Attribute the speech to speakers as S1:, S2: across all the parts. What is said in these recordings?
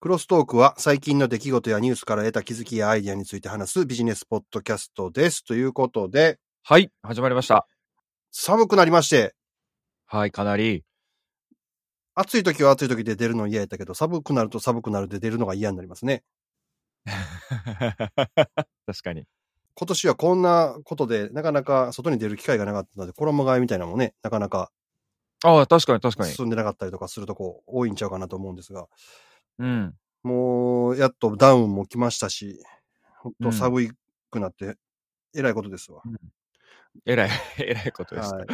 S1: クロストークは最近の出来事やニュースから得た気づきやアイディアについて話すビジネスポッドキャストです。ということで、
S2: はい、始まりました。
S1: 寒くなりまして、
S2: はい、かな り。
S1: 暑い時は暑い時で出るの嫌やったけど、寒くなると寒くなるで出るのが嫌になりますね。
S2: 確かに。
S1: 今年はこんなことで、なかなか外に出る機会がなかったので、衣替えみたいなのもね、なかなか
S2: ああ、確かに確かに。
S1: 進んでなかったりとかするとこ多いんちゃうかなと思うんですが、
S2: うん。
S1: もう、やっとダウンも来ましたし、ほん
S2: う
S1: と
S2: ん
S1: 寒いくなって、えらいことですわ。
S2: えらい、 えらいことです。
S1: はい。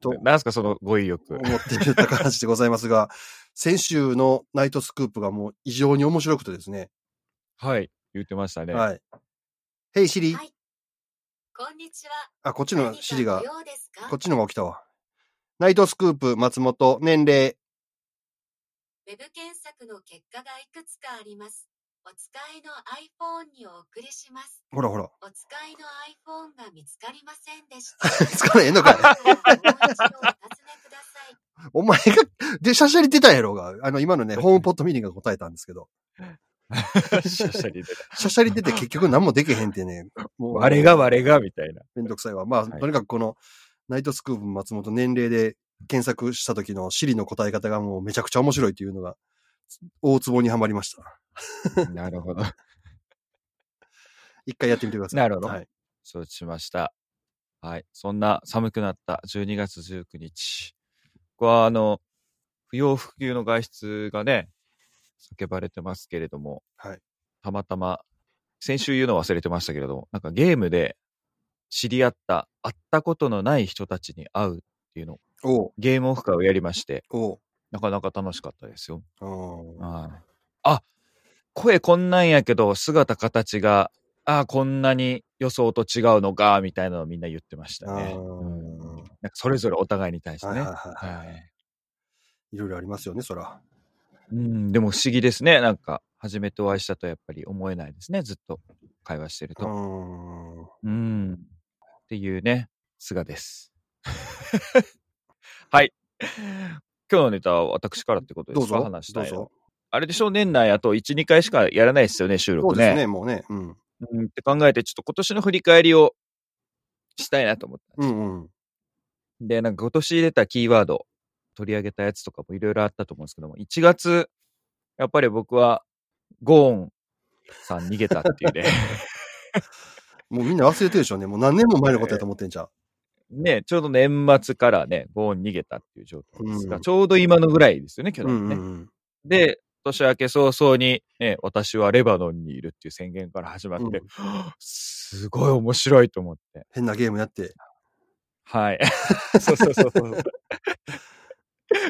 S1: と
S2: なんすか、その語彙力。
S1: 思っている高橋でございますが、 先週のナイトスクープがもう異常に面白くてですね。
S2: はい、言ってましたね。
S1: はい。ヘイシリ
S3: はい。こんにちは。
S1: あ、こっち
S3: 何
S1: の
S3: か
S1: シリが
S3: ご、用ですか
S1: こっちのが起きたわ。ナイトスクープ、松本、年齢。
S3: ウェブ検索の結果がいくつかあります。お使いの iPhone にお送りします。
S1: ほらほら。
S3: お使いの iPhone が見つかりません でした。
S1: つかれへんのかい
S3: もう一度お尋ねください。
S1: お前が、 で、シャシャリ出たやろうが。あの、今のね、 ホームポットミニが答えたんですけど、
S2: シャシャリ出た
S1: シャシャリ出て結局何もできへんってね。もう
S2: 我が我がみたいな。
S1: めんどくさいわ。まあ、
S2: はい
S1: とにかくこの、ナイトスクープ松本年齢で検索した時のシリの答え方がもうめちゃくちゃ面白いというのが、大ツボにはまりました。
S2: なるほど。
S1: 一回やってみてください。
S2: なるほど
S1: はい。
S2: 承知しました。はい。そんな寒くなった12月19日。ここは、あの、不要不急の外出がね、叫ばれてますけれども、
S1: はい
S2: たまたま、先週言うの忘れてましたけれども、なんかゲームで知り合った、会ったことのない人たちに会うっていうの、
S1: おう、
S2: ゲームオフ会をやりまして、
S1: おう。
S2: なかなか楽しかったですよ。
S1: うん
S2: はい。あ、声こんなんやけど、姿形が、あこんなに予想と違うのか、みたいなのをみんな言ってましたね。
S1: あー
S2: うんなんかそれぞれお互いに対して
S1: はいはい
S2: ね。
S1: はいは。
S2: はいい
S1: いろいろありますよね、そら。
S2: うん、でも不思議ですね。なんか、初めてお会いしたとやっぱり思えないですね。ずっと会話してる
S1: う
S2: と。
S1: ん。
S2: うん。っていうね、菅です。はい。今日のネタは私からってことで
S1: どう
S2: すか
S1: ぞ、
S2: 話し
S1: ど
S2: た
S1: う
S2: いの
S1: ぞ。
S2: あれでしょう年内あと1、2回しかやらないですよね、
S1: そ
S2: 収
S1: う
S2: 録
S1: ですね、もうね。うん。
S2: うん、って考えて、ちょっと今年の振り返りをしたいなと思ったんで
S1: う
S2: すよ。
S1: んうん。
S2: で、なんか今年出たキーワード、取り上げたやつとかもいろいろあったと思うんですけども、1月、やっぱり僕は、ゴーンさん逃げたっ ていうね。
S1: もうみんな忘れてるでしょうね。もう何年も前のことやと思ってんじゃん。
S2: ね、ちょうど年末からね、ゴーン逃げたっていう状態ですが、
S1: うん
S2: ちょうど今のぐらいですよね、去
S1: う
S2: 年
S1: ん
S2: ね。
S1: うん
S2: で、年明け早々に、ね、私はレバノンにいるっていう宣言から始まっ
S1: う
S2: て、
S1: ん。うん
S2: すごい面白いと思って。
S1: 変なゲームやって。
S2: はい。 そうそうそうそう。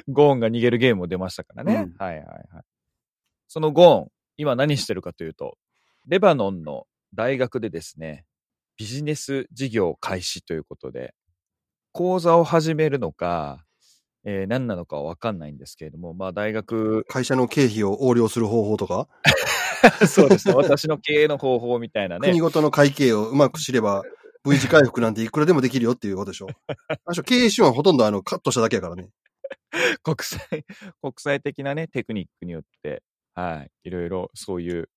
S2: ゴーンが逃げるゲームも出ましたからね。
S1: う
S2: はいはいはい。そのゴーン、今何してるかというと、レバノンの大学でですね、ビジネス事業開始ということで、講座を始めるのか、えー何なのかはわかんないんですけれども、まあ大学、
S1: 会社の経費を横領する方法とか、
S2: そうですね、私の経営の方法みたいなね
S1: 国、ごとの会計をうまく知れば、V 字回復なんていくらでもできるよっていうことでしょ。あしょ経営手腕ほとんどあのカットしただけやからね。
S2: 国際、 国際的なね、テクニックによって、はい、いろいろそういう、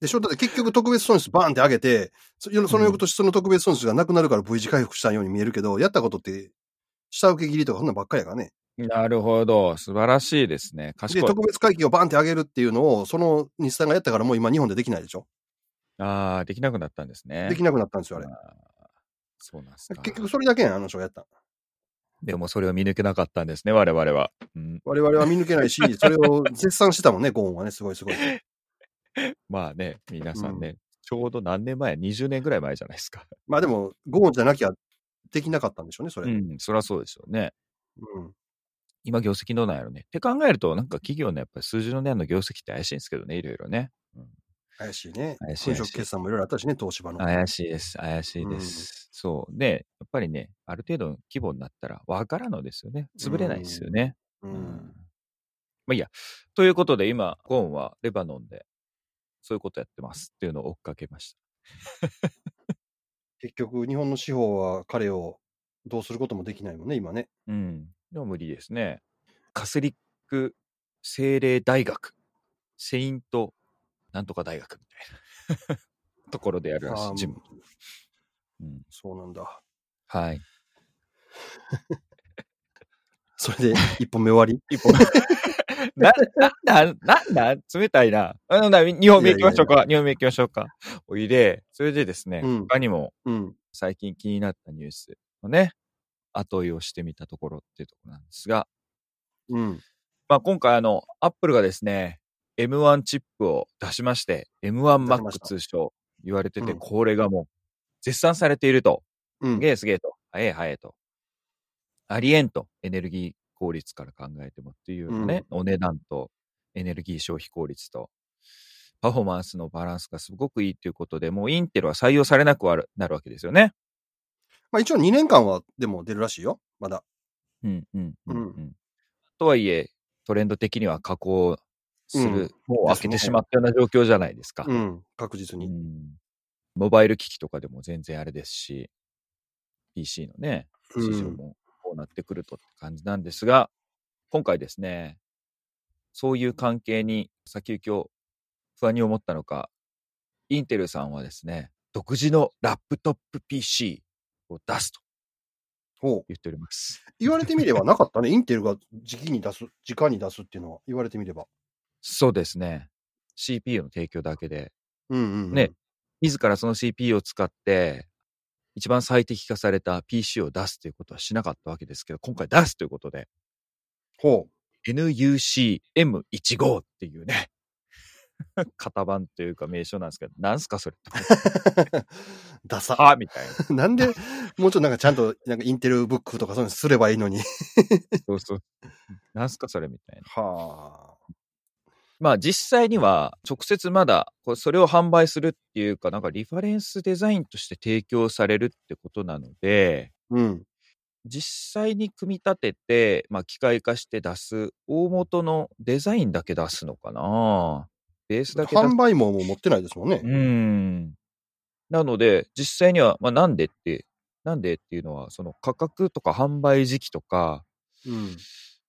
S1: でしょだって結局特別損失バーンって上げて、そその翌年その特別損失がなくなるから V 字回復したように見えるけど、やったことって下請け切りとかそんなんばっかりやからね。
S2: なるほど、素晴らしいですね。賢
S1: で、
S2: い。
S1: 特別会計をバーンって上げるっていうのを、その日産がやったからもう今日本でできないでしょ
S2: ああ、できなくなったんですね。
S1: できなくなったんですよ、あれ。
S2: あーそうなんですか。
S1: 結局それだけやん、あの人がやったん。
S2: でもそれを見抜けなかったんですね、我々は。うん、
S1: 我々は見抜け ないし、それを絶賛してたもんね、ゴーンはね、すごいすごい。
S2: まあね、皆さんね、ちょうど何年前 ?20 年ぐらい前じゃないですか。
S1: まあでも、ゴーンじゃなきゃできなかったんでしょうね、それ。
S2: うん、そりゃそうですよね。
S1: うん
S2: 今業績どうなんやろね。って考えると、なんか企業のやっぱり数字のね、あの業績って怪しいんですけどね、いろいろね。
S1: 怪しいね。
S2: 怪しい
S1: 粉飾
S2: 怪しい
S1: 決算もいろいろあったしね、東芝の。
S2: 怪しいです、怪しいです。そう。で、やっぱりね、ある程度の規模になったらわからんのですよね。潰れないですよね。
S1: う
S2: うん
S1: ん。
S2: まあいいや。ということで、今、ゴーンはレバノンで、そういうことやってますっていうのを追っかけまし
S1: 結局、日本の司法は彼をどうすることもできないもんね、今ね。
S2: た。うん。でも無理ですね。カスリック精霊大学。セイント、なんとか大学みたいな ところでやるらし
S1: あ
S2: い、
S1: ー
S2: ジム。うん、
S1: そうなんだ。
S2: はい。
S1: それで、一本目終わ り
S2: 一本な、なんだ、なんだ、冷たいな。あのな二本目行きましょうか。二本目行きましょうか。おいで、それでですね、
S1: うん
S2: 他にも
S1: うん。
S2: 最近気になったニュースのね、後追いをしてみたところっていうところなんですが、
S1: うん。
S2: まあ、今回あの、アップルがですね、M1 チップを出しまして、
S1: 出しま
S2: M1Mac
S1: した
S2: 通称言われてて、
S1: うん
S2: これがもう絶賛されていると。
S1: う
S2: す
S1: ん
S2: げ。えすげえと。早え早えと。ありえんと。エネルギー効率から考えてもっていうようなね、お値段とエネルギー消費効率と。パフォーマンスのバランスがすごくいいということで、もうインテルは採用されなくはなるわけですよね。
S1: まあ一応2年間はでも出るらしいよ。まだ。
S2: うんうんうんう。
S1: うん
S2: とはいえ、トレンド的には加工する、もう開けてしまったような状況じゃないですか。
S1: うん。確実
S2: う
S1: に。
S2: んモバイル機器とかでも全然あれですし、PC のね、
S1: うん
S2: 市場もこうなってくるとって感じなんですが、今回ですね、そういう関係に先行きを不安に思ったのか、インテルさんはですね、独自のラップトップ PC を出すと
S1: ほう。
S2: 言っており ます。
S1: 言われてみればなかったね。イ ンテルが直に出す、直に出すっていうのは言われてみれば。
S2: そうですね。CPU の提供だけで、
S1: うんうん、うん。
S2: ね。自らその CPU を使って、一番最適化された PC を出すということはしなかったわけですけど、今回出すということで、
S1: ほ
S2: NUCM15 っていうね、 型番というか名称なんですけど、なんすかそれと。
S1: う。 ダサ。
S2: はみたいな。
S1: なんで、もうちょっとなんかちゃんと、なんかインテルブックとかそういうのすればいいのに。
S2: そうそう。なんすかそれみたいな。
S1: はあ。
S2: まあ実際には直接まだこうそれを販売するっていうか、なんかリファレンスデザインとして提供されるってことなので、
S1: うん。
S2: 実際に組み立てて、まあ、機械化して出す大元のデザインだけ出すのかなベースだけ出す
S1: 販売網も持ってないですもんね。
S2: うんなので実際には、まあ、なんでってなんでっていうのはその価格とか販売時期とか
S1: うん。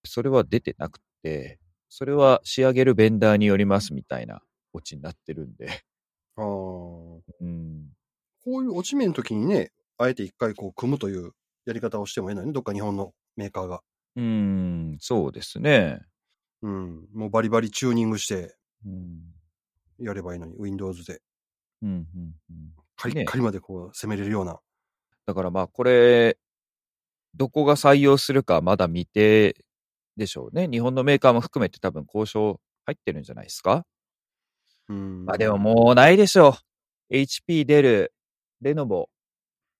S2: それは出てなくてそれは仕上げるベンダーによりますみたいなオチになってるんで、
S1: ああ。こ
S2: うん、
S1: ういう落ち目の時にね、あえて一回こう組むというやり方をしてもいいのに、どっか日本のメーカーが。
S2: うんそうですね、
S1: うん。もうバリバリチューニングして
S2: うん
S1: やればいいのに、Windows で。
S2: うんうんうん、
S1: カリ
S2: ね
S1: ッカリまでこう攻めれるような。
S2: だからまあこれ、どこが採用するかまだ未定でしょうね。日本のメーカーも含めて多分交渉入ってるんじゃないですか。
S1: うん。
S2: まあでももうないでしょう。HP 出る、レノボ、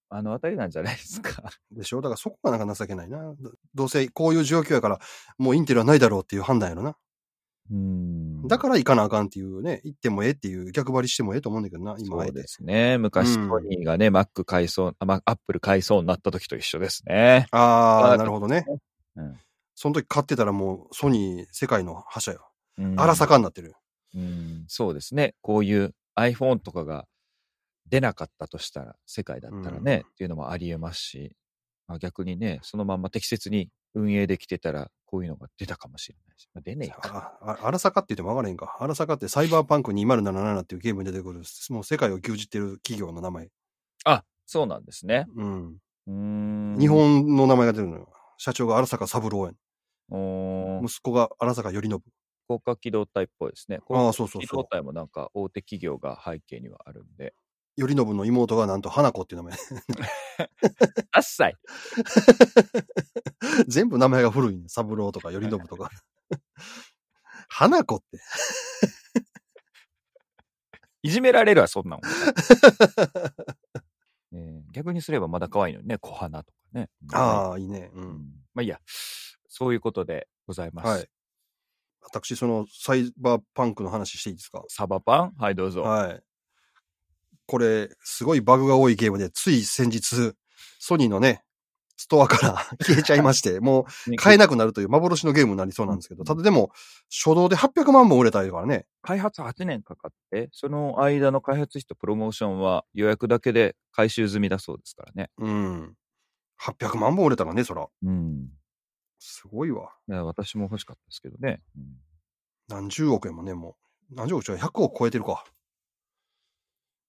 S2: あのあたりなんじゃないですか。
S1: でしょだからそこがなんか情けないな。どどうせこういう状況やから、もうインテルはないだろうっていう判断やろな。
S2: うん
S1: だから行かなあかんっていうね、行ってもええっていう、逆張りしてもええと思うんだけどな、今
S2: そ
S1: あえ
S2: う
S1: て。
S2: ですね。昔
S1: うん
S2: ソニーがね、Mac 買いそう、あ、ま、Apple 買いそうになった時と一緒ですね。
S1: あ
S2: あ
S1: あ、なるほどね。
S2: うん
S1: その時買ってたらもうソニー世界の覇者よ。
S2: うん
S1: 荒坂になってる。
S2: うん、そうですね。こういう iPhone とかが出なかったとしたら、世界だったらね、っていうのもありえますし、まあ、逆にね、そのまんま適切に運営できてたら、こういうのが出たかもしれないし、まあ、出ねえか。
S1: ああ荒坂って言っても分からへんか。荒坂ってサイバーパンク2077っていうゲームに出てくる、もう世界を牛耳ってる企業の名前。
S2: あ、そうなんですね。
S1: うん。
S2: うーん。
S1: 日本の名前が出るのよ。社長が荒坂三郎やん。
S2: おー。
S1: 息子が荒坂頼信。
S2: 高架機動隊っぽいですね。
S1: ああ、そうそう
S2: 機
S1: そ
S2: 動
S1: う。
S2: 隊もなんか大手企業が背景にはあるんで。
S1: 頼信の妹がなんと花子っていう名前。
S2: あっさい
S1: 全部名前が古いね。三郎とか頼信とか。 花子って。
S2: いじめられるわ、そんなの、 えー逆にすればまだ可愛いのにね、小花とかね。
S1: ああ、いいね。う。
S2: うんんまあいいや、そういうことでございます。
S1: はい私、そのサイバーパンクの話していいですか
S2: サバパンはい、どうぞ。
S1: はい。これ、すごいバグが多いゲームで、つい先日、ソニーのね、ストアから 消えちゃいま して、もう買えなくなるという幻のゲームになりそうなんですけど、ただでも、初動で800万本売れたいうからね、
S2: 開発8年かかって、その間の開発費とプロモーションは予約だけで回収済みだそうですからね。
S1: うん。800万本売れたらね、そら。
S2: うん。
S1: すごいわ。
S2: いや私も欲しかったですけどね。
S1: 何十億円もね、も何十億ちゃう ?100 億超えてるか。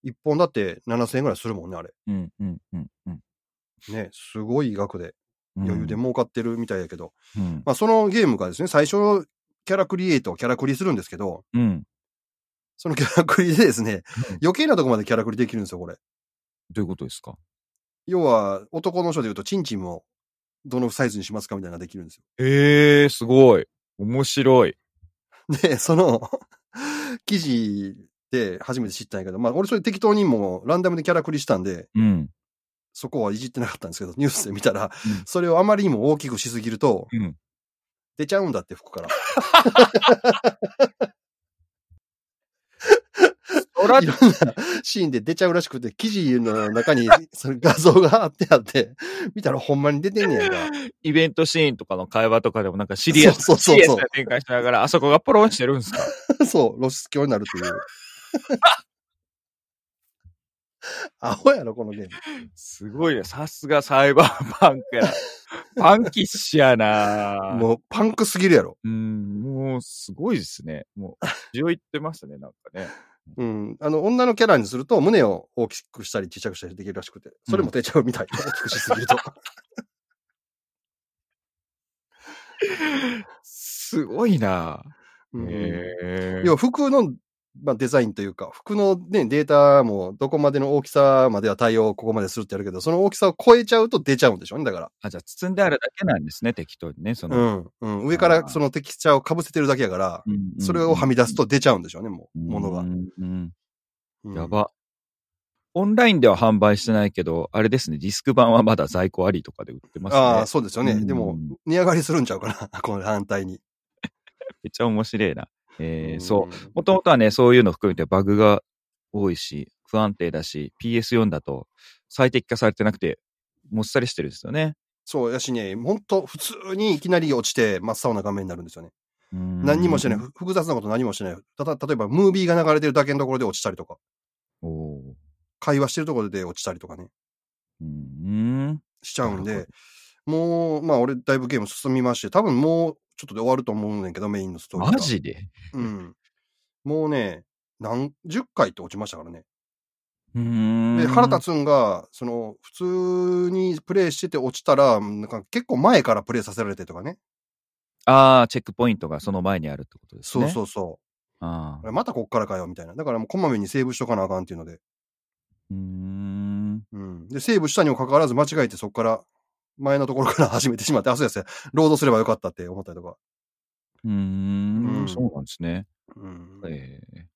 S1: 一本だって7000円ぐらいするもんね、あれ。
S2: うんうんうんうん。
S1: ね、すごい額で余裕で儲かってるみたいやけど、
S2: うん。
S1: まあそのゲームがですね、最初のキャラクリエイトをキャラクリするんですけど、
S2: うん。
S1: そのキャラクリでですね
S2: うん、
S1: 余計なとこまでキャラクリできるんですよ、これ。
S2: どういうことですか
S1: 要は、男の人で言うと、チンチンもどのサイズにしますかみたいなのができるんですよ。
S2: ええー、すごい。面白い。
S1: で、その記事で初めて知ったんやけど、まあ俺それ適当にもうランダムでキャラクリしたんで、
S2: うん。
S1: そこはいじってなかったんですけど、ニュースで見たら、
S2: うん
S1: それをあまりにも大きくしすぎると、
S2: うん。
S1: 出ちゃうんだって、服から。
S2: そら
S1: いろんな シーンで出ちゃうらしくて、記事の中にその画像があってあって、見たらほんまに出てんねやんか。
S2: イベントシーンとかの会話とかでもなんかシリアス、
S1: そうそうそうそう
S2: シリアスな展開しながら、あそこがポロンしてるんですか
S1: そう、露出狂になるという。 アホやろ、このゲーム。
S2: すごいね。さすがサイバーパンクや。パンキッシュやな
S1: もうパンクすぎるやろ。
S2: うん、もうすごいですね。もう、字を言ってますね、なんかね。
S1: うん。あの、女のキャラにすると胸を大きくしたり小さくしたりできるらしくて、それも出ちゃうみたい。大きくしすぎ ると。
S2: すごいな
S1: うん
S2: え
S1: 要は服の、まあ、デザインというか、服の、ね、データもどこまでの大きさまでは対応をここまでするってやるけど、その大きさを超えちゃうと出ちゃうんでしょうね、だか
S2: あ、じゃあ包んであるだけなんですね、適当にね、そ
S1: ら。
S2: の。
S1: うん。うん、上からそのテキスチャーを被せてるだけやから、
S2: うんうん
S1: それをはみ出すと出ちゃうんでしょうね、もう、
S2: うん
S1: ものが
S2: う。んうん
S1: うん
S2: や。ば。オンラインでは販売してないけど、あれですね、ディスク版はまだ在庫ありとかで売ってますね。
S1: ああ、そうですよね。
S2: うん
S1: でも、値上がりするんちゃうかな、 この反対に。
S2: めっちゃ面白いな。えーそう。
S1: う
S2: もともとはね、そういうの含めてバグが多いし、不安定だし、PS4 だと最適化されてなくて、もっさりしてるんですよね。
S1: そうやしね、ほんと、普通にいきなり落ちて真っ青な画面になるんですよね。
S2: 何
S1: 何にもしてない、ふ複雑なこと何もしてない。ただ、例えば、ムービーが流れてるだけのところで落ちたりとか、
S2: おー
S1: 会話してるところで落ちたりとかね。
S2: うん。
S1: しちゃうん
S2: な
S1: で
S2: る、
S1: もう、まあ俺だいぶゲーム進みまして、多分もうちょっとで終わると思うねんけど、メインのストーリーが。
S2: マジで
S1: うん。もうね、何十回って落ちましたからね。
S2: うーん。
S1: で、原田つんが、その、普通にプレイしてて落ちたら、なんか結構前からプレイさせられてとかね。
S2: ああ、チェックポイントがその前にあるってことです
S1: そう
S2: ね。。
S1: そううそ
S2: あ
S1: う。
S2: あ。
S1: またこっからかよ、みたいな。だからもうこまめにセーブしとかなあかんっていうので。
S2: うーん。
S1: うん。で、セーブしたにもかかわらず間違えてそっから、前のところから始めてしまって、あ、そうですね。ロードすればよかったって思ったりとか。
S2: うー。
S1: うんん
S2: そうなんですね。
S1: うん。
S2: ええ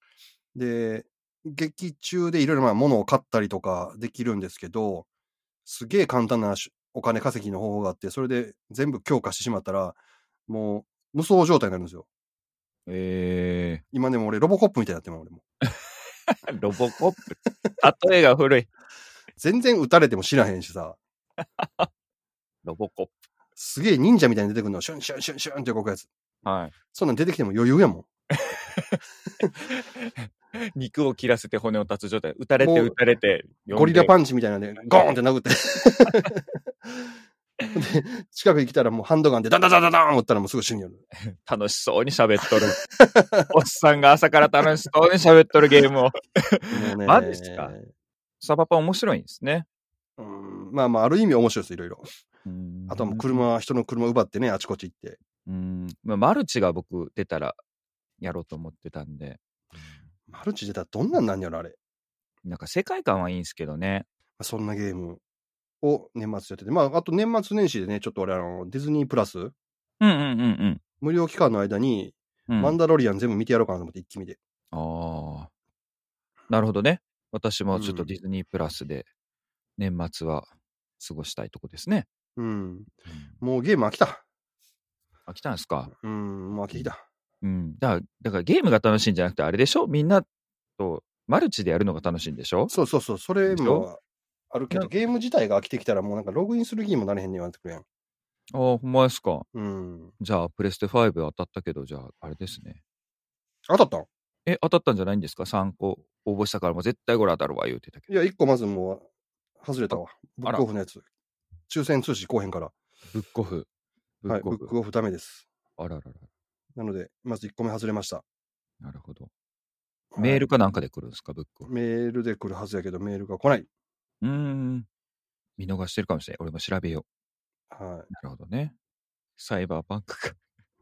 S1: で、劇中でいろいろまあ物を買ったりとかできるんですけど、すげえ簡単なしお金稼ぎの方法があって、それで全部強化してしまったら、もう無双状態になるんですよ。
S2: え
S1: 今でも俺ロボコップみたいになっても俺も。
S2: え ロボコップ。例えが古い。
S1: 全然撃たれても知らへんしさ、
S2: ロボコッ
S1: すげえ忍者みたいに出てくるの、シュンシュンシュンシュンって動くやつ。
S2: プ。はい。
S1: そんなん出てきても余裕やもん。
S2: 肉を切らせて骨を断つ状態。打たれて
S1: もう
S2: 打たれて。
S1: ゴリラ
S2: ン。
S1: パンチみたいなんで、ゴーンって殴 って。 で、近くに来たらもうハンドガンでダダダダダーン撃ったらもうすぐ死ぬよ。
S2: 楽しそうに喋っとる。 おっさんが朝から楽しそうに喋っとるゲームを。
S1: もうね
S2: マジっすかサバパン面白いんですね。
S1: うんまあまあ、ある意味面白いです、いろいろ。あとはもう
S2: う
S1: 車、人の車奪ってね、あちこち行って。
S2: うん、まあ、マルチが僕出たらやろうと思ってたんで、
S1: マルチ出たらどんなんなんやろ、あれ。
S2: なんか世界観はいいんですけどね。
S1: そんなゲームを年末やってて。まあ、あと年末年始でね、ちょっと俺、あの、ディズニープラス、
S2: うんうんうん
S1: 無料期間の間に、
S2: うん。う
S1: マン
S2: ん、
S1: ダロリアン全部見てやろうかなと思って、一気見で。
S2: ああ。なるほどね。私もちょっと
S1: うん
S2: ディズニープラスで年末は過ごしたいとこですね。
S1: うん。もうゲーム飽きた。
S2: 飽きたんですか。
S1: うん、もう飽きてきた。
S2: うん。だから、だからゲームが楽しいんじゃなくて、あれでしょみんなとマルチでやるのが楽しいんでしょ
S1: そうそうそう、それ
S2: でしょ
S1: もあるけ
S2: な
S1: ど、ゲーム自体が飽きてきたら、もうなんかログインする気にもなれへんねん、なってくれやん。
S2: ああ、ほんまですか。
S1: うん。
S2: じゃあ、プレステ5当たったけど、じゃあ、あれですね。
S1: 当たったん
S2: え、当たったんじゃないんですか ?3 個応募したからもう絶対これ当たるわ、言うてたけ
S1: いや、一個まずもう、外れたわ。ブ
S2: あ
S1: ッ
S2: ら
S1: クオフのやつ。抽選通知来へんから。
S2: ど。ブックオフ。ブ
S1: は
S2: ッ
S1: い、
S2: ク
S1: ブッ
S2: オフ。
S1: クオフダメです。
S2: あららら。
S1: なので、まず1個目外れました。
S2: なるほど。メールかなんかで来るんですか、ブックは。
S1: メールで来るはずやけど、メールが来ない。
S2: うーん。見逃してるかもしれない。俺も調べよ
S1: は
S2: う。なるほどね。サイバーパンクか。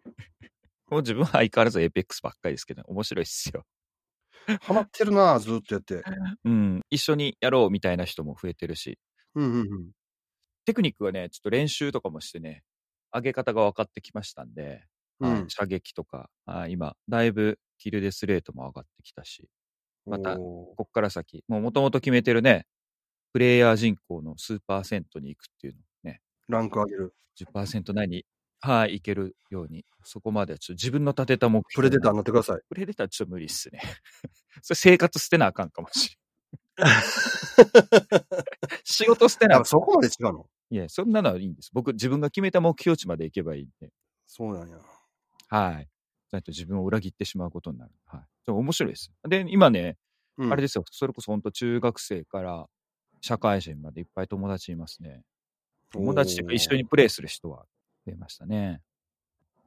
S2: もう自分は相変わらずエイペックスばっかりですけど、面白いっすよ。
S1: い。ハマってるなぁ、ずっとやって。
S2: うん。一緒にやろうみたいな人も増えてるし、
S1: うんうんうん。
S2: テクニックはね、ちょっと練習とかもしてね、上げ方が分かってきましたんで、
S1: う
S2: はい
S1: ん、
S2: 射撃とか、あ今、だいぶキルデスレートも上がってきたし、また
S1: お
S2: こっから先、もう元々決めてるね、プレイヤー人口の数パーセントに行くっていうのね、
S1: ーランク上げる。
S2: 10%内に、はい、いけるように、そこまではちょっと自分の立てた目標。
S1: プレデターになってください。
S2: プレデターちょっと無理っすね。 それ生活捨てなあかんかもし れん。仕事捨てなあ
S1: あ
S2: か
S1: そこまで違うの
S2: ん。いや、そんなのはいいんです。僕、自分が決めた目標値まで行けばいいんで。
S1: そうなんや。
S2: はい。ないと自分を裏切ってしまうことになる。はい。でも面白いです。で、今ね、
S1: うん、
S2: あれですよ。それこそ本当中学生から社会人までいっぱい友達いますね。友達というか一緒に
S1: おー
S2: プレイする人は増えましたね。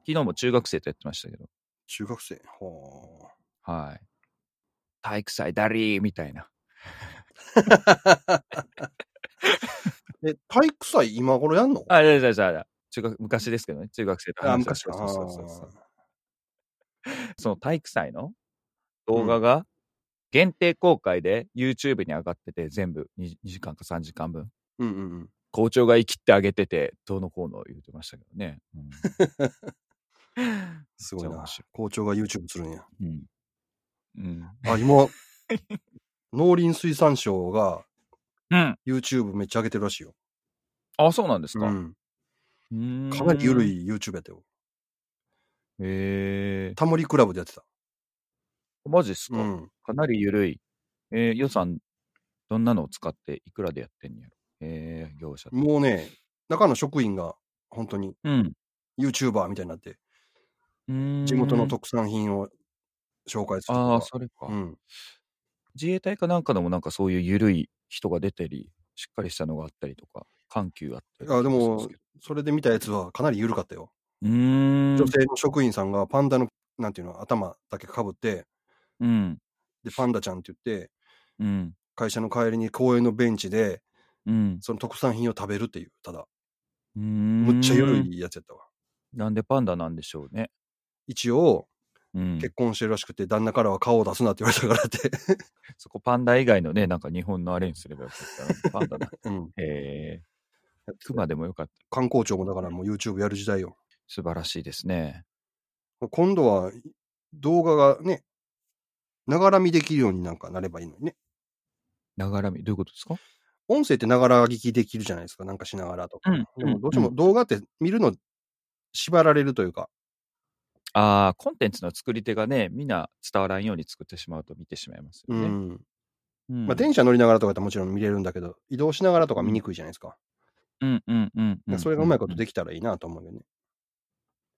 S2: 昨日も中学生とやってましたけど。
S1: 中学生。は
S2: はい。体育祭だりーみたいな。
S1: あえ、体育祭今頃やんの
S2: あ、いやいやいやいや中学、昔ですけどね。中学生と話
S1: あ、昔
S2: したそ
S1: か。
S2: う
S1: あ
S2: そうそうそう。
S1: ー
S2: その体育祭の動画が限定公開で YouTube に上がってて、全部 2, 時間か3時間分。
S1: うんうんうん。
S2: 校長が生きってあげてて、どうのこうの言ってましたけどね。うん、
S1: すごい
S2: めっちゃ
S1: な
S2: 面白。
S1: 校長が YouTube するんや。
S2: うん。うん。
S1: あ、今、農林水産省が
S2: うん。
S1: YouTube めっちゃ上げてるらしいよ。
S2: あ、そうなんです
S1: う
S2: か。
S1: ん。
S2: うん
S1: かなり緩。い YouTube やったよ。
S2: へえ
S1: タモリクラブでやってた。
S2: マジっすか。
S1: うん。
S2: かなり緩い。えー予算、どんなのを使っていくらでやってんやろ。えー業者
S1: もうね、中の職員が本当に
S2: うん。
S1: YouTuber みたいになって、
S2: うーん
S1: 地元の特産品を紹介するとか。
S2: ああ、それか。
S1: うん。
S2: 自衛隊かなんかでもなんかそういう緩い人が出たり、しっかりしたのがあったりとか、緩急あったりとか
S1: あでも
S2: するんすけど、
S1: それで見たやつはかなり緩かったよ。
S2: うーん。
S1: 女性の職員さんがパンダの、なんていうの、頭だけかぶって、
S2: うん。
S1: で、パンダちゃんって言って、
S2: うん。
S1: 会社の帰りに公園のベンチで、
S2: うん。
S1: その特産品を食べるっていう、ただ、
S2: うー
S1: む
S2: ん
S1: っちゃ緩。いやつやったわ。
S2: なんでパンダなんでしょうね。
S1: 一応、
S2: うん。
S1: 結婚してるらしくて、旦那からは顔を出すなって言われたからって。
S2: そこパンダ以外のね、なんか日本のあれにすればよか ったな。パンダだ。
S1: うん。
S2: へえ。クマでもよかった。
S1: 観光庁もだからもう YouTube やる時代よ。
S2: 素晴らしいですね。
S1: 今度は動画がね、ながら見できるようになんかなればいいのにね。
S2: ながらみ、どういうことですか
S1: 音声ってながら聞きできるじゃないですか。なんかしながらとか。
S2: うん
S1: でもどうして
S2: う
S1: も
S2: ん
S1: 動画って見るの縛られるというか。
S2: ああ、コンテンツの作り手がね、みんな伝わらんように作ってしまうと見てしまいますよ
S1: う
S2: ね。
S1: ん。
S2: うん
S1: まあ電車乗りながらとかだってもちろん見れるんだけど、移動しながらとか見にくいじゃないですか。
S2: うんうんうん
S1: だ
S2: う
S1: か
S2: ん。
S1: らそれがうまいこと
S2: き
S1: できたらいいなと思うよね。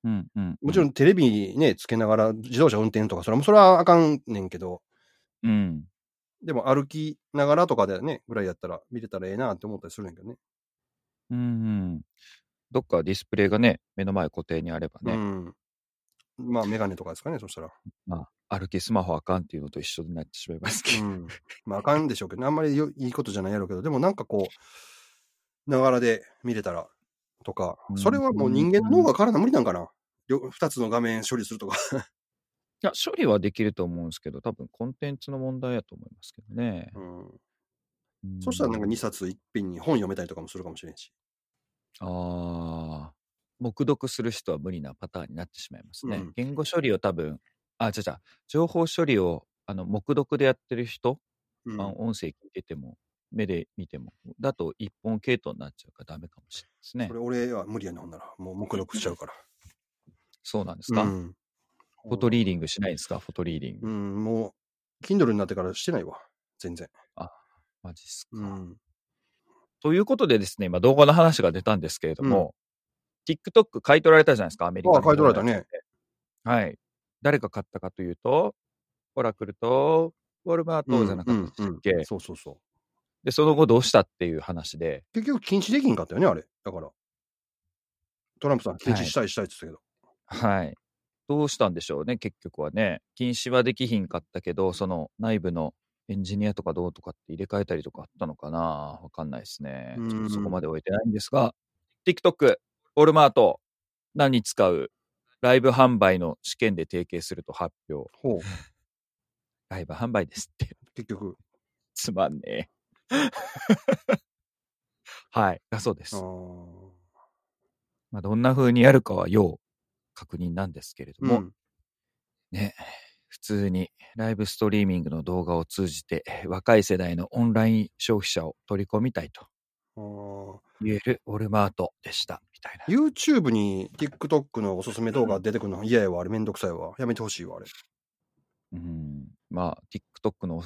S2: うんうん、
S1: もちろんテレビにね、つけながら自動車運転とか、それもそれはあかんねんけど、
S2: うん。
S1: でも歩きながらとかでね、ぐらいやったら見れたらええなって思ったりするんやけどね。
S2: うんうん。どっかディスプレイがね、目の前固定にあればね、
S1: うん。まあ、メガネとかですかね、そしたら。
S2: まあ、歩きスマホあかんっていうのと一緒になってしまいますけ
S1: う
S2: ど。
S1: ん。まあ、あかんでしょうけどね。あんまりよいいことじゃないやろうけど、でもなんかこう、ながらで見れたらとか
S2: う、ん
S1: それはもう人間の脳が体無理なんかな。よ二つの画面処理するとか。
S2: いや、処理はできると思うんですけど、多分コンテンツの問題やと思いますけどね。
S1: うん。
S2: う ん
S1: そしたらなんか2冊一品に本読めたりとかもするかもしれんし。
S2: ああ、黙読する人は無理なパターンになってしまいますね。
S1: うん
S2: 言語処理を多分、あ、違う違う、情報処理をあの黙読でやってる人、
S1: う
S2: あ
S1: ん。
S2: 音声聞いてても、目で見ても、だと一本系統になっちゃうからダメかもしれないですね
S1: それ。俺は無理やな、ほんなら。もう目録しちゃうから。
S2: そうなんですか、
S1: うん。
S2: フォトリーディングしないんですかフォトリーディング。
S1: うん、もう、Kindle になってからしてないわ。全然。
S2: マジっすか、
S1: うん。
S2: ということでですね、今動画の話が出たんですけれども、TikTok 買い取られたじゃないですか、アメリカ
S1: あ買い取られたね。
S2: はい。誰が買ったかというと、オラクルと、ウォルマートじゃなかったでしたっけ、
S1: そうそうそう。
S2: で、その後どうしたっていう話で、
S1: 結局禁止できんかったよね、あれ。だから。トランプさん、禁止したいしたいって言ってたけど。
S2: はい。どうしたんでしょうね、結局はね。禁止はできひんかったけど、その内部のエンジニアとかどうとかって入れ替えたりとかあったのかなわかんないですね。
S1: うん
S2: ちょっとそこまで置いてないんですが、TikTok、ウォルマート、何に使うライブ販売の試験で提携すると発表。
S1: ほう。
S2: ライブ販売ですって。
S1: 結局。
S2: つまんねえ。 はい。だそうで
S1: あ
S2: す。
S1: ー
S2: まあ、どんな風にやるかは要確認なんですけれど
S1: う
S2: も、
S1: ん。
S2: ね、普通にライブストリーミングの動画を通じて 若い世代のオンライン消費者を取り込みたいと
S1: あー
S2: 言えるウォルマートでした。みたいな。
S1: YouTube に TikTok のおすすめ動画出てくるの嫌やわ、あれめんどくさいわ。やめてほしいわ、あれ。
S2: うん。まあ、TikTok のお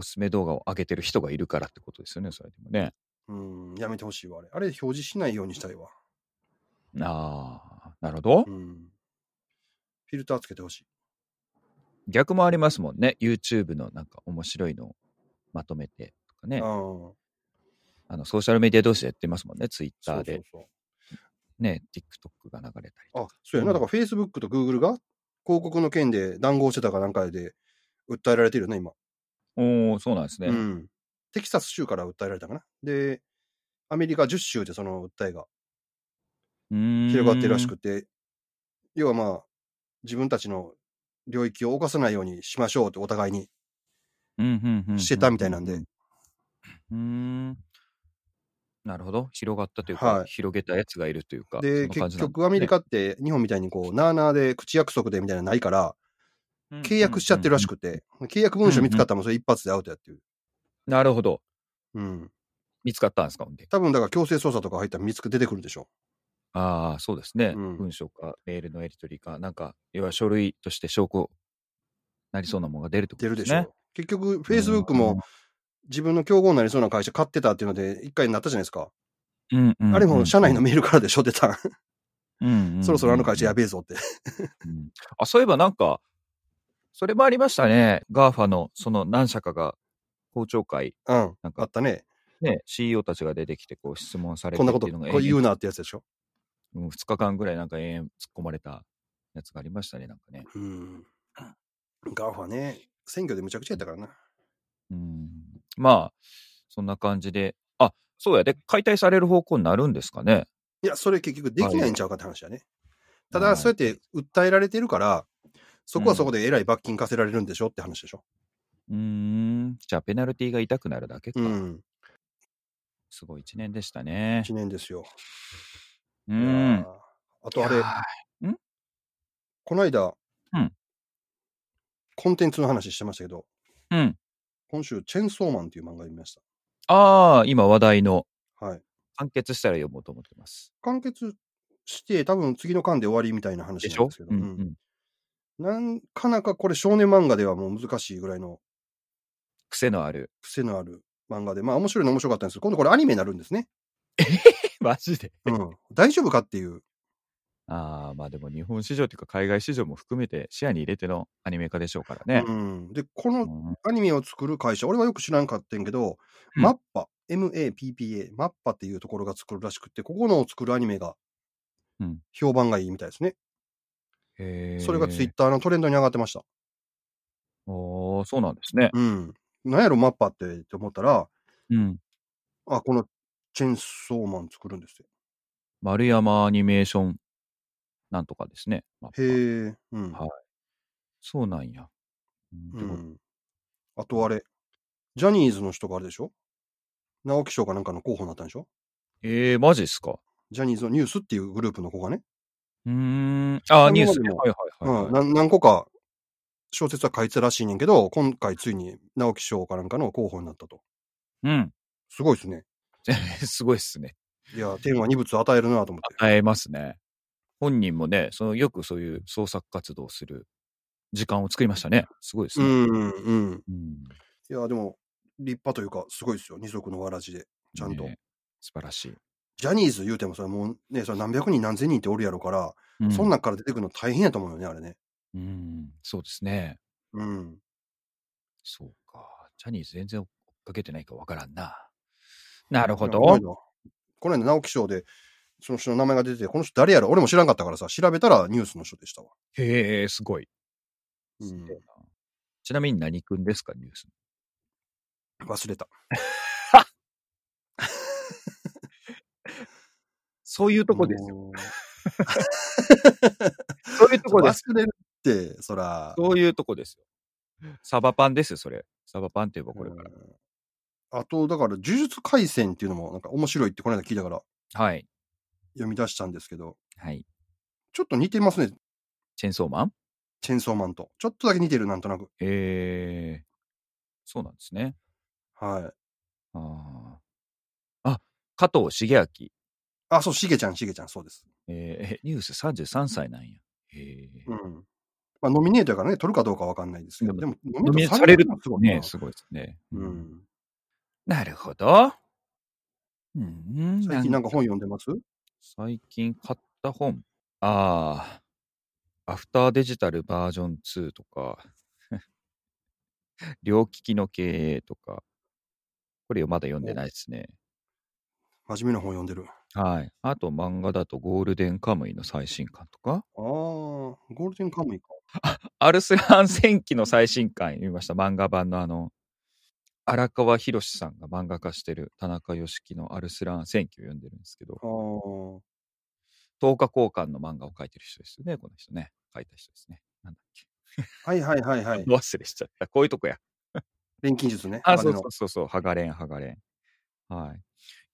S2: おすすめ動画を上げてる人がいるからってことですよね、それでもね。
S1: うん、やめてほしいわ、あれ。あれ表示しないようにしたいわ。
S2: ああ、なるほど
S1: う。ん。フィルターつけてほしい。
S2: 逆もありますもんね。YouTube のなんか面白いのをまとめてとかね。
S1: あ
S2: あ
S1: ー
S2: の、ソーシャルメディア同士でやってますもんね。
S1: そ
S2: Twitter
S1: うそう
S2: で
S1: そう。
S2: ね、TikTok が流れたりとか。
S1: あ、そうやな。だから Facebook と Google が広告の件で談合してたかなんかで訴えられてるよね、今。
S2: おおそうなんですね。
S1: うん。テキサス州から訴えられたかな。で、アメリカ10州でその訴えが広
S2: 広
S1: がってるらしくて、要はまあ、自分たちの領域を犯さないようにしましょうってお互いにしてたみたいなんで、
S2: うーん。なるほど。広がったというか、
S1: はい
S2: 広げたやつがいるというか。
S1: で、
S2: そんな感
S1: 結
S2: じなん
S1: 局アメリカって日本みたいにこう、なあなあで口約束でみたいなのないから、契約しちゃってるらし
S2: く。
S1: くて、契約文書見つかったらもうそれ一発でアウトやってる。
S2: なるほど。
S1: うん。
S2: 見つかったんですか、ほんで。
S1: 多分だから強制捜査とか入ったら見つく出てくるでしょ
S2: ああ、そうですね、
S1: うん
S2: 文書か、メールのやり取りか、なんか、要は書類として証拠、なりそうなものが出るってこ
S1: 出
S2: と
S1: る
S2: で
S1: ですしょう。
S2: ね。
S1: 結局、Facebook も自分の競合になりそうな会社買ってたっていうので、一回になったじゃないですか。
S2: うん、うんうんうん
S1: あれも社内の、メールからでしょ、出たん。
S2: うんうんう ん
S1: そろそろあの会社やべえぞって。
S2: うんあ、そういえばなんか、それもありましたね。ガーファの、その何社かが、公聴会、
S1: うん。
S2: なん
S1: あ
S2: か
S1: っ、たね。
S2: ね、CEO たちが出てきて、こう、質問されて
S1: こんなこ
S2: って
S1: と、
S2: いう
S1: こ
S2: のが
S1: う言うなってやつでしょ。
S2: 2日間ぐらいなんか永遠突っ込まれたやつがありましたね、なんかね。
S1: うん。ガーファね、選挙でむちゃくちゃやったからな。
S2: うん。まあ、そんな感じで。あ、そうや。で、解体される方向になるんですかね。
S1: いや、それ結局できないんちゃうかって話だね。た
S2: は
S1: だ、
S2: い
S1: そうやって訴えられてるから、そこはそこでえらい罰金課せられるんでしょって話でしょ。
S2: うーん。じゃあ、ペナルティが痛くなるだけか。
S1: うん。
S2: すごい一年でしたね。
S1: 1年ですよ。
S2: う
S1: いや
S2: ん
S1: ー。あとあれ、この間、
S2: うん
S1: コンテンツの話してましたけど、
S2: うん。
S1: 今週、チェンソーマンという漫画を見まし
S2: ああ、今話題の
S1: た。はい。
S2: 完結したら読もうと思ってます。
S1: 完結して、多分次の巻で終わりみたいな話
S2: でし
S1: なん
S2: ょ
S1: ですけど、
S2: うんう
S1: うん
S2: ん。
S1: なんかなかこれ少年漫画ではもう難しいぐらいの
S2: 癖のある。
S1: 癖のある漫画で、まあ面白いの面白かったんですけど、今度これアニメになるんですね。
S2: マジで。
S1: うん。大丈夫かっていう。
S2: ああ、まあでも日本市場というか海外市場も含めて視野に入れてのアニメ化でしょうからね。
S1: うん。で、こ
S2: う
S1: の
S2: ん
S1: アニメを作る会社、俺はよく知らんかったんやけど、
S2: うん
S1: マッパ、MAPPA、マッパっていうところが作るらしくて、ここの作るアニメが
S2: うん
S1: 評判がいいみたいですね。
S2: へー
S1: それがツイッターのトレンドに上がってました。
S2: おーそうなんですね。
S1: うん。なんやろ、マッパってって思ったら、
S2: うん。
S1: あ、このチェンソーマン作るんですよ。
S2: 丸山アニメーション、なんとかですね。まあ
S1: へえ。うん。
S2: はいそうなんや。うん
S1: う
S2: ってこと
S1: ん。あとあれ、ジャニーズの人があれでしょ直木賞かなんかの候補になったんでしょ
S2: えー、マジっすか。
S1: ジャニーズのニュースっていうグループの子がね、
S2: うーん。あー、
S1: その
S2: ニュース
S1: まで
S2: ね。
S1: も
S2: はいはいはい、
S1: う
S2: は
S1: ん
S2: い
S1: な何個か小説は書いてたらしいねんけど、今回ついに直木賞かなんかの候補になったと。
S2: うん。
S1: すごいですね。
S2: すごいっすね。
S1: いや、天は二物与えるなと思って。
S2: 与えますね。本人もね、そのよくそういう創作活動をする時間を作りましたね。すごいです
S1: う
S2: ね。
S1: ん、うん。
S2: うん
S1: いや、でも、立派というか、すごいですよ。二足のわらじで。ちゃんと。
S2: ね素晴らしい。
S1: ジャニーズ言うてもそれもうね、それ何百人何千人っておるやろから、
S2: う
S1: そんなんから出てくるの大変やと思うよね、あれね。
S2: うん、そうですね。
S1: うん。
S2: そうか。ジャニーズ全然追っかけてないかわからんな。なるほ
S1: いやこの
S2: ど。
S1: 間この間、直木賞で、その人の名前が出てて、この人誰やろ俺も知らんかったからさ、調べたらニュースの人でしたわ。
S2: へえ、すごい。
S1: うん
S2: すげえなちなみに何君ですか、ニュース。
S1: 忘れた。
S2: そういうとこですよ。
S1: よ。
S2: そういうとこです。
S1: 忘れるって、そら。
S2: そういうとこですよ。サバパンですよ、それ。サバパンって言えばこれから。
S1: うんあと、だから、呪術廻戦っていうのも、なんか面白いってこの間聞いたから
S2: はい。
S1: 読み出したんですけど、
S2: はい。
S1: ちょっと似てますね、
S2: チェンソーマン
S1: チェンソーマンと。ちょっとだけ似てる、なんとなく。
S2: へえ。そうなんですね。
S1: はい。
S2: あーあ、加藤茂明。
S1: あ、そう、しげちゃん、しげちゃん、そうです。
S2: えーえニュース33歳なんや。へえ。
S1: うん。まあ、ノミネートやからね、取るかどうかわかんないですけど、
S2: うん
S1: でも、ノ
S2: ノミネートされる
S1: のはすごいな
S2: ねすごいですね。
S1: うん。
S2: なるほど。うん。
S1: 最近なんか本読んでます
S2: 最近買った本。ああ、アフターデジタルバージョン2とか、 両利きの経営とか、これまだ読んでないですね。
S1: 真面目な本読んでる。
S2: はい。あと漫画だとゴールデンカムイの最新刊とか、
S1: ああ、ゴールデンカムイか。
S2: アルスハン戦記の最新刊読みました。漫画版のあの、荒川博さんが漫画化してる田中義樹のアルスラーン戦記を読んでるんですけど
S1: あ、あ。
S2: 10日交換の漫画を書いてる人ですよね、この人ね。書いた人ですね。なんだっけ。
S1: はいはいはいはい。
S2: ど忘れしちゃった。こういうとこや。
S1: 錬金術ね。
S2: あ、
S1: 鋼
S2: そう
S1: の
S2: そうそうそう、ハガレン、ハガレン。はい。い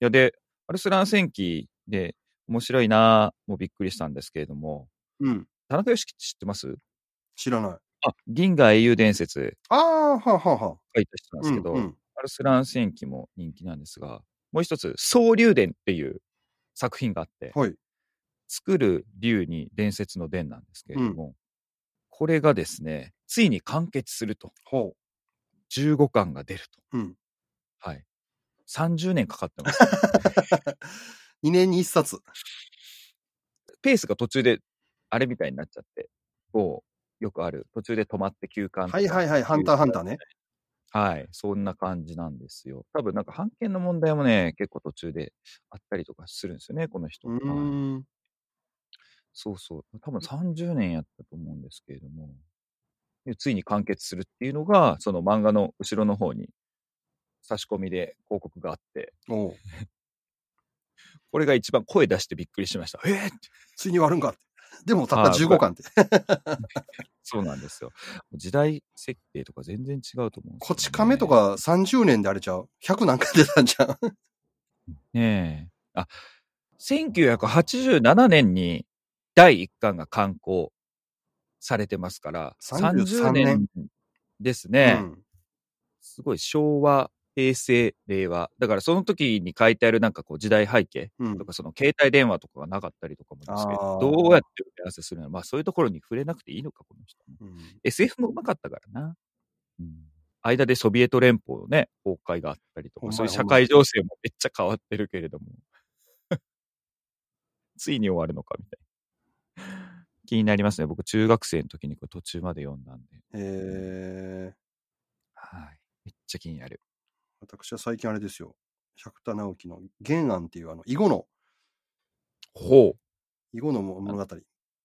S2: や、で、アルスラン戦記で面白いなぁ、もうびっくりしたんですけれども、
S1: うん。
S2: 田中良樹知ってます
S1: 知らない。
S2: あ、銀河英雄伝説
S1: ああ、はあはあはあ。
S2: 書いた人なんですけど、
S1: うんうん
S2: アルスラン戦記も人気なんですが、もう一つ、総竜伝っていう作品があって、
S1: はい。
S2: 作る竜に伝説の伝なんですけれども、これがですね、ついに完結すると。
S1: ほ
S2: 15巻が出ると。
S1: う。うん。
S2: はい。30年かかってます。
S1: 2年に1冊。
S2: ペースが途中であれみたいになっちゃって、こう、よくある、途中で止まって休館とか
S1: はいはいはい。ハンターハンターね。。
S2: はい、そんな感じなんですよ。多分なんか、版権の問題もね、結構途中であったりとかするんですよね、この人。
S1: う
S2: はい
S1: ーん。
S2: そうそう。多分30年やったと思うんですけれども、でついに完結するっていうのが、その漫画の後ろの方に差し込みで広告があって、
S1: おう
S2: これが一番声出してびっくりしました。えー、
S1: ついに終わるんかって。でもたった
S2: あー
S1: 15巻って。
S2: そうなんですよ。時代設定とか全然違うと思うんですよね
S1: こち亀とか30年であれちゃう ?100 何回出たんちゃう
S2: ねえ。あ、1987年に第1巻が刊行されてますから、
S1: 33
S2: 30
S1: 年
S2: 年ですね。
S1: うん。
S2: すごい昭和、平成、令和。だからその時に書いてあるなんかこう時代背景
S1: うん
S2: と。か、その携帯電話とかがなかったりとかもですけ
S1: あー、
S2: どどうやって打ち合わせするのまあそういうところに触れなくていいのか、この人。
S1: うん
S2: SF もうまかったからな。間でソビエト連邦のね、崩壊があったりと
S1: ほんまや
S2: か、そういう社会情勢もめっちゃ変わってるけれども。 ついに終わるのかみたいな。気になりますね。僕、中学生の時にこれ途中まで読んだんで。
S1: えー、
S2: はい。めっちゃ気になる。
S1: 私は最近あれですよ。百田直樹の原案っていうあの、囲碁の、
S2: ほう。
S1: 囲碁の物語。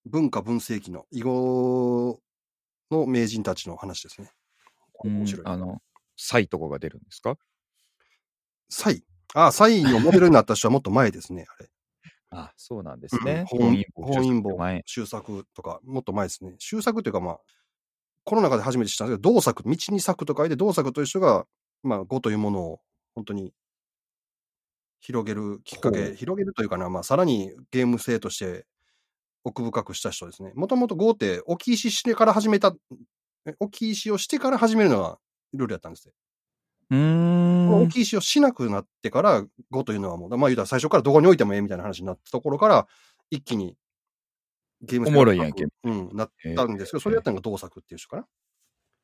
S1: 文化文世紀の囲碁の名人たちの話ですね。面白い。
S2: あの、サイとかが出るんですか
S1: サイ。あ、サイのモデルになった人はもっと前ですね、あれ。
S2: あ、そうなんです
S1: うん
S2: ね。
S1: 本本因
S2: 坊前
S1: 坊、修作とか、もっと前ですね。修作というか、まあ、コロナ禍で初めて知ったんですけど、道作、道に作と書いて、道作という人が、まあ、語というものを本当に広げるきっか
S2: ほ
S1: け、
S2: う
S1: 広げるというかな、まあ、さらにゲーム性として奥深くした人ですね。もともと語って、置き石してから始めた、え置き石をしてから始めるのがルールやったんですよ
S2: う
S1: この
S2: ー
S1: 置
S2: ん。
S1: き石をしなくなってから5というのはもう、まあ言うたら最初からどこに置いてもええみたいな話になったところから、一気にゲーム性
S2: おもろいやんけ
S1: がうん、なったんですけど、それやったのが同作っていう人かな。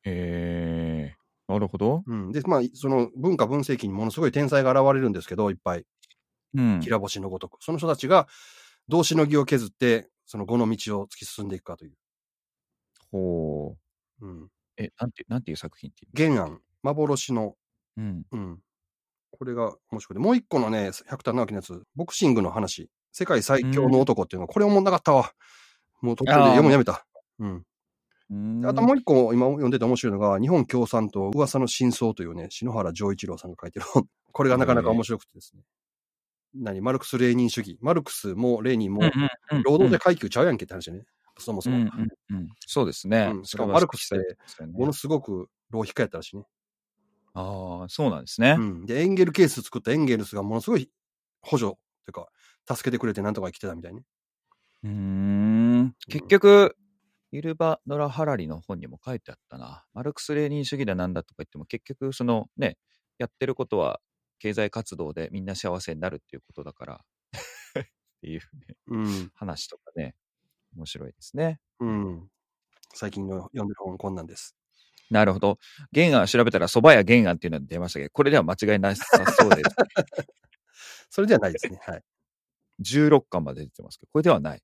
S2: えー、なるほど。
S1: うん。で、まあ、その文化分析にものすごい天才が現れるんですけど、いっぱい。
S2: うん。
S1: きら星のごとく。その人たちが、同志の義を削って、その5の道を突き進んでいくかという。
S2: ほう。
S1: うん。
S2: え、なんて、なんていう作品っていう
S1: 原案、幻の、
S2: うん。
S1: うん。これが面白い。でもう一個のね、百田直樹のやつ、ボクシングの話、世界最強の男っていうのは、これ思んなかったわ。もう途中で読むのやめた。うん。であともう一個、今読んでて面白いのが、日本共産党噂の真相というね、篠原丈一郎さんが書いてる本。 これがなかなか面白くてですね。何マルクス・レーニン主義。マルクスもレーニンも、
S2: うん
S1: 労働者階級ちゃうやんけって話ね。そもそ
S2: うん
S1: も。
S2: うんうんそうですね
S1: う。んしかもマルクスって
S2: それは
S1: も
S2: 好
S1: の
S2: き
S1: すごく浪費家やったらしいね。
S2: だよねああ、そうなんですね
S1: う。ん。で、エンゲルケース作ったエンゲルスがものすごい補助というか、助けてくれてなんとか生きてたみたいね。
S2: うーん結局、イルバ・ノラ・ハラリの本にも書いてあったな。マルクス・レーニン主義だなんだとか言っても、結局、そのね、やってることは経済活動でみんな幸せになるっていうことだから、 っていうね
S1: うん。
S2: 話とかね、面白いですね。
S1: うん。最近の読んでる本こんなんです。
S2: なるほど。玄安調べたら、蕎麦屋玄安っていうのが出ましたけど、これでは間違いなさそうです。
S1: それではないですね。はい。
S2: 16巻まで出てますけど、これではない。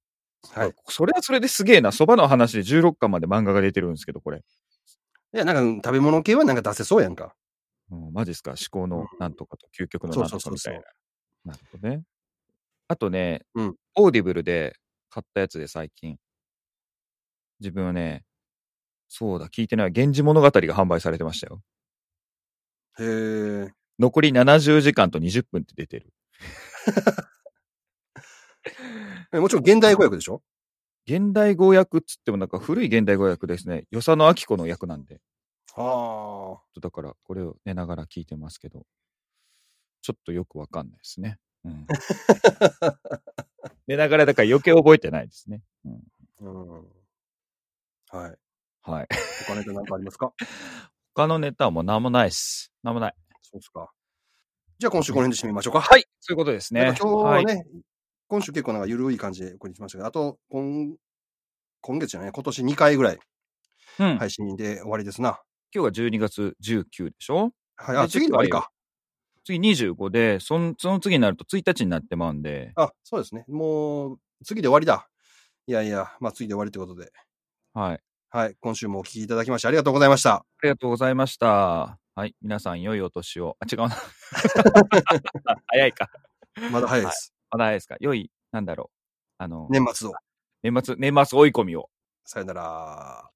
S1: はい。
S2: それはそれですげえな。蕎麦の話で16巻まで漫画が出てるんですけど、これ。
S1: いや、なんかうん食べ物系はなんか出せそうやんか。
S2: うん、マジですか。思考
S1: う
S2: の
S1: ん
S2: なんとかと究極の
S1: そ
S2: な
S1: うんそ
S2: と
S1: う
S2: か
S1: そうそ
S2: みた
S1: う
S2: いな。なるほどね。あとね、
S1: うん
S2: オーディブルで買ったやつで最近。自分はね、そうだ、聞いてない。源氏物語が販売されてましたよ。
S1: へえ。
S2: 残り70時間と20分って出てる。
S1: えもちろん現代語訳でしょ
S2: 現代語訳っつってもなんか古い現代語訳ですね。与謝野明子の役なんで。
S1: ああ。
S2: だからこれを寝ながら聞いてますけど、ちょっとよくわかんないですね。うん、寝ながらだから余計覚えてないですね。うん、
S1: うん。はい。
S2: はい。
S1: 他ネタなんかありますか
S2: 他のネタはもう何もないっす。何もない。
S1: そうっすか。じゃあ今週この辺で締めましょうか。
S2: はい。そういうことですね。
S1: なんか今日は
S2: はい
S1: ね、今週結構なんか緩い感じでこれにしましたけど、あと、今、今月じゃない、今年2回ぐらい
S2: うん
S1: 配信で終わりですな。
S2: 今日が12月19でしょ
S1: はい。
S2: で
S1: あ、次のあれ
S2: 次
S1: か。
S2: 次25でそん、その次になると1日になってまうんで、
S1: あ、そうですね。もう、次で終わりだ。いやいや、まあ次で終わりということで。
S2: はい。あ
S1: はい。今週もお聞きいただきましてありがとうございました。
S2: りがとうございました。はい。皆さん、良いお年を。あ、違 うな。早いか。
S1: まだ早いです。
S2: まだ早いですか。良い、なんだろう。あの、
S1: 年末を。
S2: 年末、年末追い込みを。
S1: さよなら。